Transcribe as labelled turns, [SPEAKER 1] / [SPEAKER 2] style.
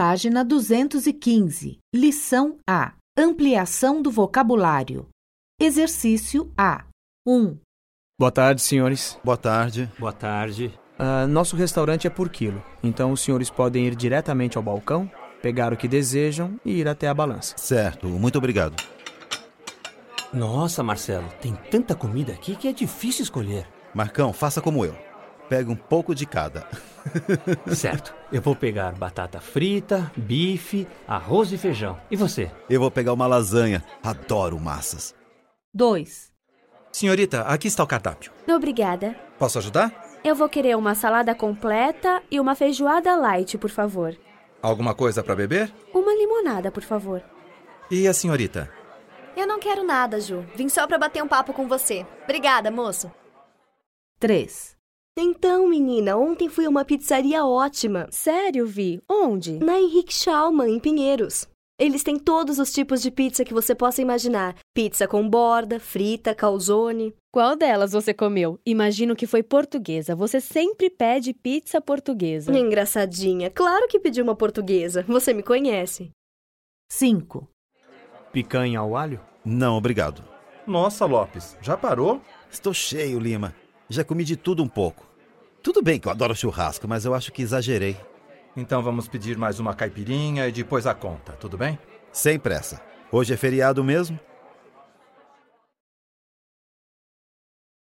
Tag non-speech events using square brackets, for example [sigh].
[SPEAKER 1] Página 215. Lição A. Ampliação do vocabulário. Exercício A. 1,
[SPEAKER 2] Boa tarde, senhores.
[SPEAKER 3] Boa tarde.
[SPEAKER 4] Boa tarde.
[SPEAKER 2] Ah, nosso restaurante é por quilo, então os senhores podem ir diretamente ao balcão, pegar o que desejam e ir até a balança.
[SPEAKER 3] Certo, muito obrigado.
[SPEAKER 4] Nossa, Marcelo, tem tanta comida aqui que é
[SPEAKER 2] [laughs]
[SPEAKER 4] difícil escolher.
[SPEAKER 3] Marcão, faça como eu. Pega um pouco de cada.
[SPEAKER 4] Certo, eu vou pegar batata frita, bife, arroz e feijão. E você?
[SPEAKER 3] Eu vou pegar uma lasanha. Adoro massas.
[SPEAKER 1] 2,
[SPEAKER 5] Senhorita, aqui está o cardápio.
[SPEAKER 6] Obrigada.
[SPEAKER 5] Posso ajudar?
[SPEAKER 6] Eu vou querer uma salada completa e uma feijoada light, por favor.
[SPEAKER 5] Alguma coisa para beber?
[SPEAKER 6] Uma limonada, por favor.
[SPEAKER 5] E a senhorita?
[SPEAKER 7] Eu não quero nada, Ju. Vim só pra bater um papo com você. Obrigada, moço.
[SPEAKER 1] 3,
[SPEAKER 8] Então, menina, ontem fui a uma pizzaria ótima,
[SPEAKER 9] Sério, Vi? Onde?
[SPEAKER 8] na Henrique Schaumann, em Pinheiros. Eles têm todos os tipos de pizza que você possa imaginar: pizza com borda, frita, calzone.
[SPEAKER 9] Qual delas você comeu? Imagino que foi portuguesa. Você sempre pede pizza portuguesa.
[SPEAKER 8] Engraçadinha. Claro que pedi uma portuguesa. Você me conhece.
[SPEAKER 1] 5,
[SPEAKER 2] Picanha ao alho?
[SPEAKER 3] Não, obrigado.
[SPEAKER 10] Nossa, Lopes, já parou?
[SPEAKER 3] Estou cheio, Lima. Já comi de tudo um pouco. Tudo bem que eu adoro churrasco, mas eu acho que exagerei.
[SPEAKER 10] Então vamos pedir mais uma caipirinha e depois a conta, tudo bem?
[SPEAKER 3] Sem pressa. Hoje é feriado mesmo?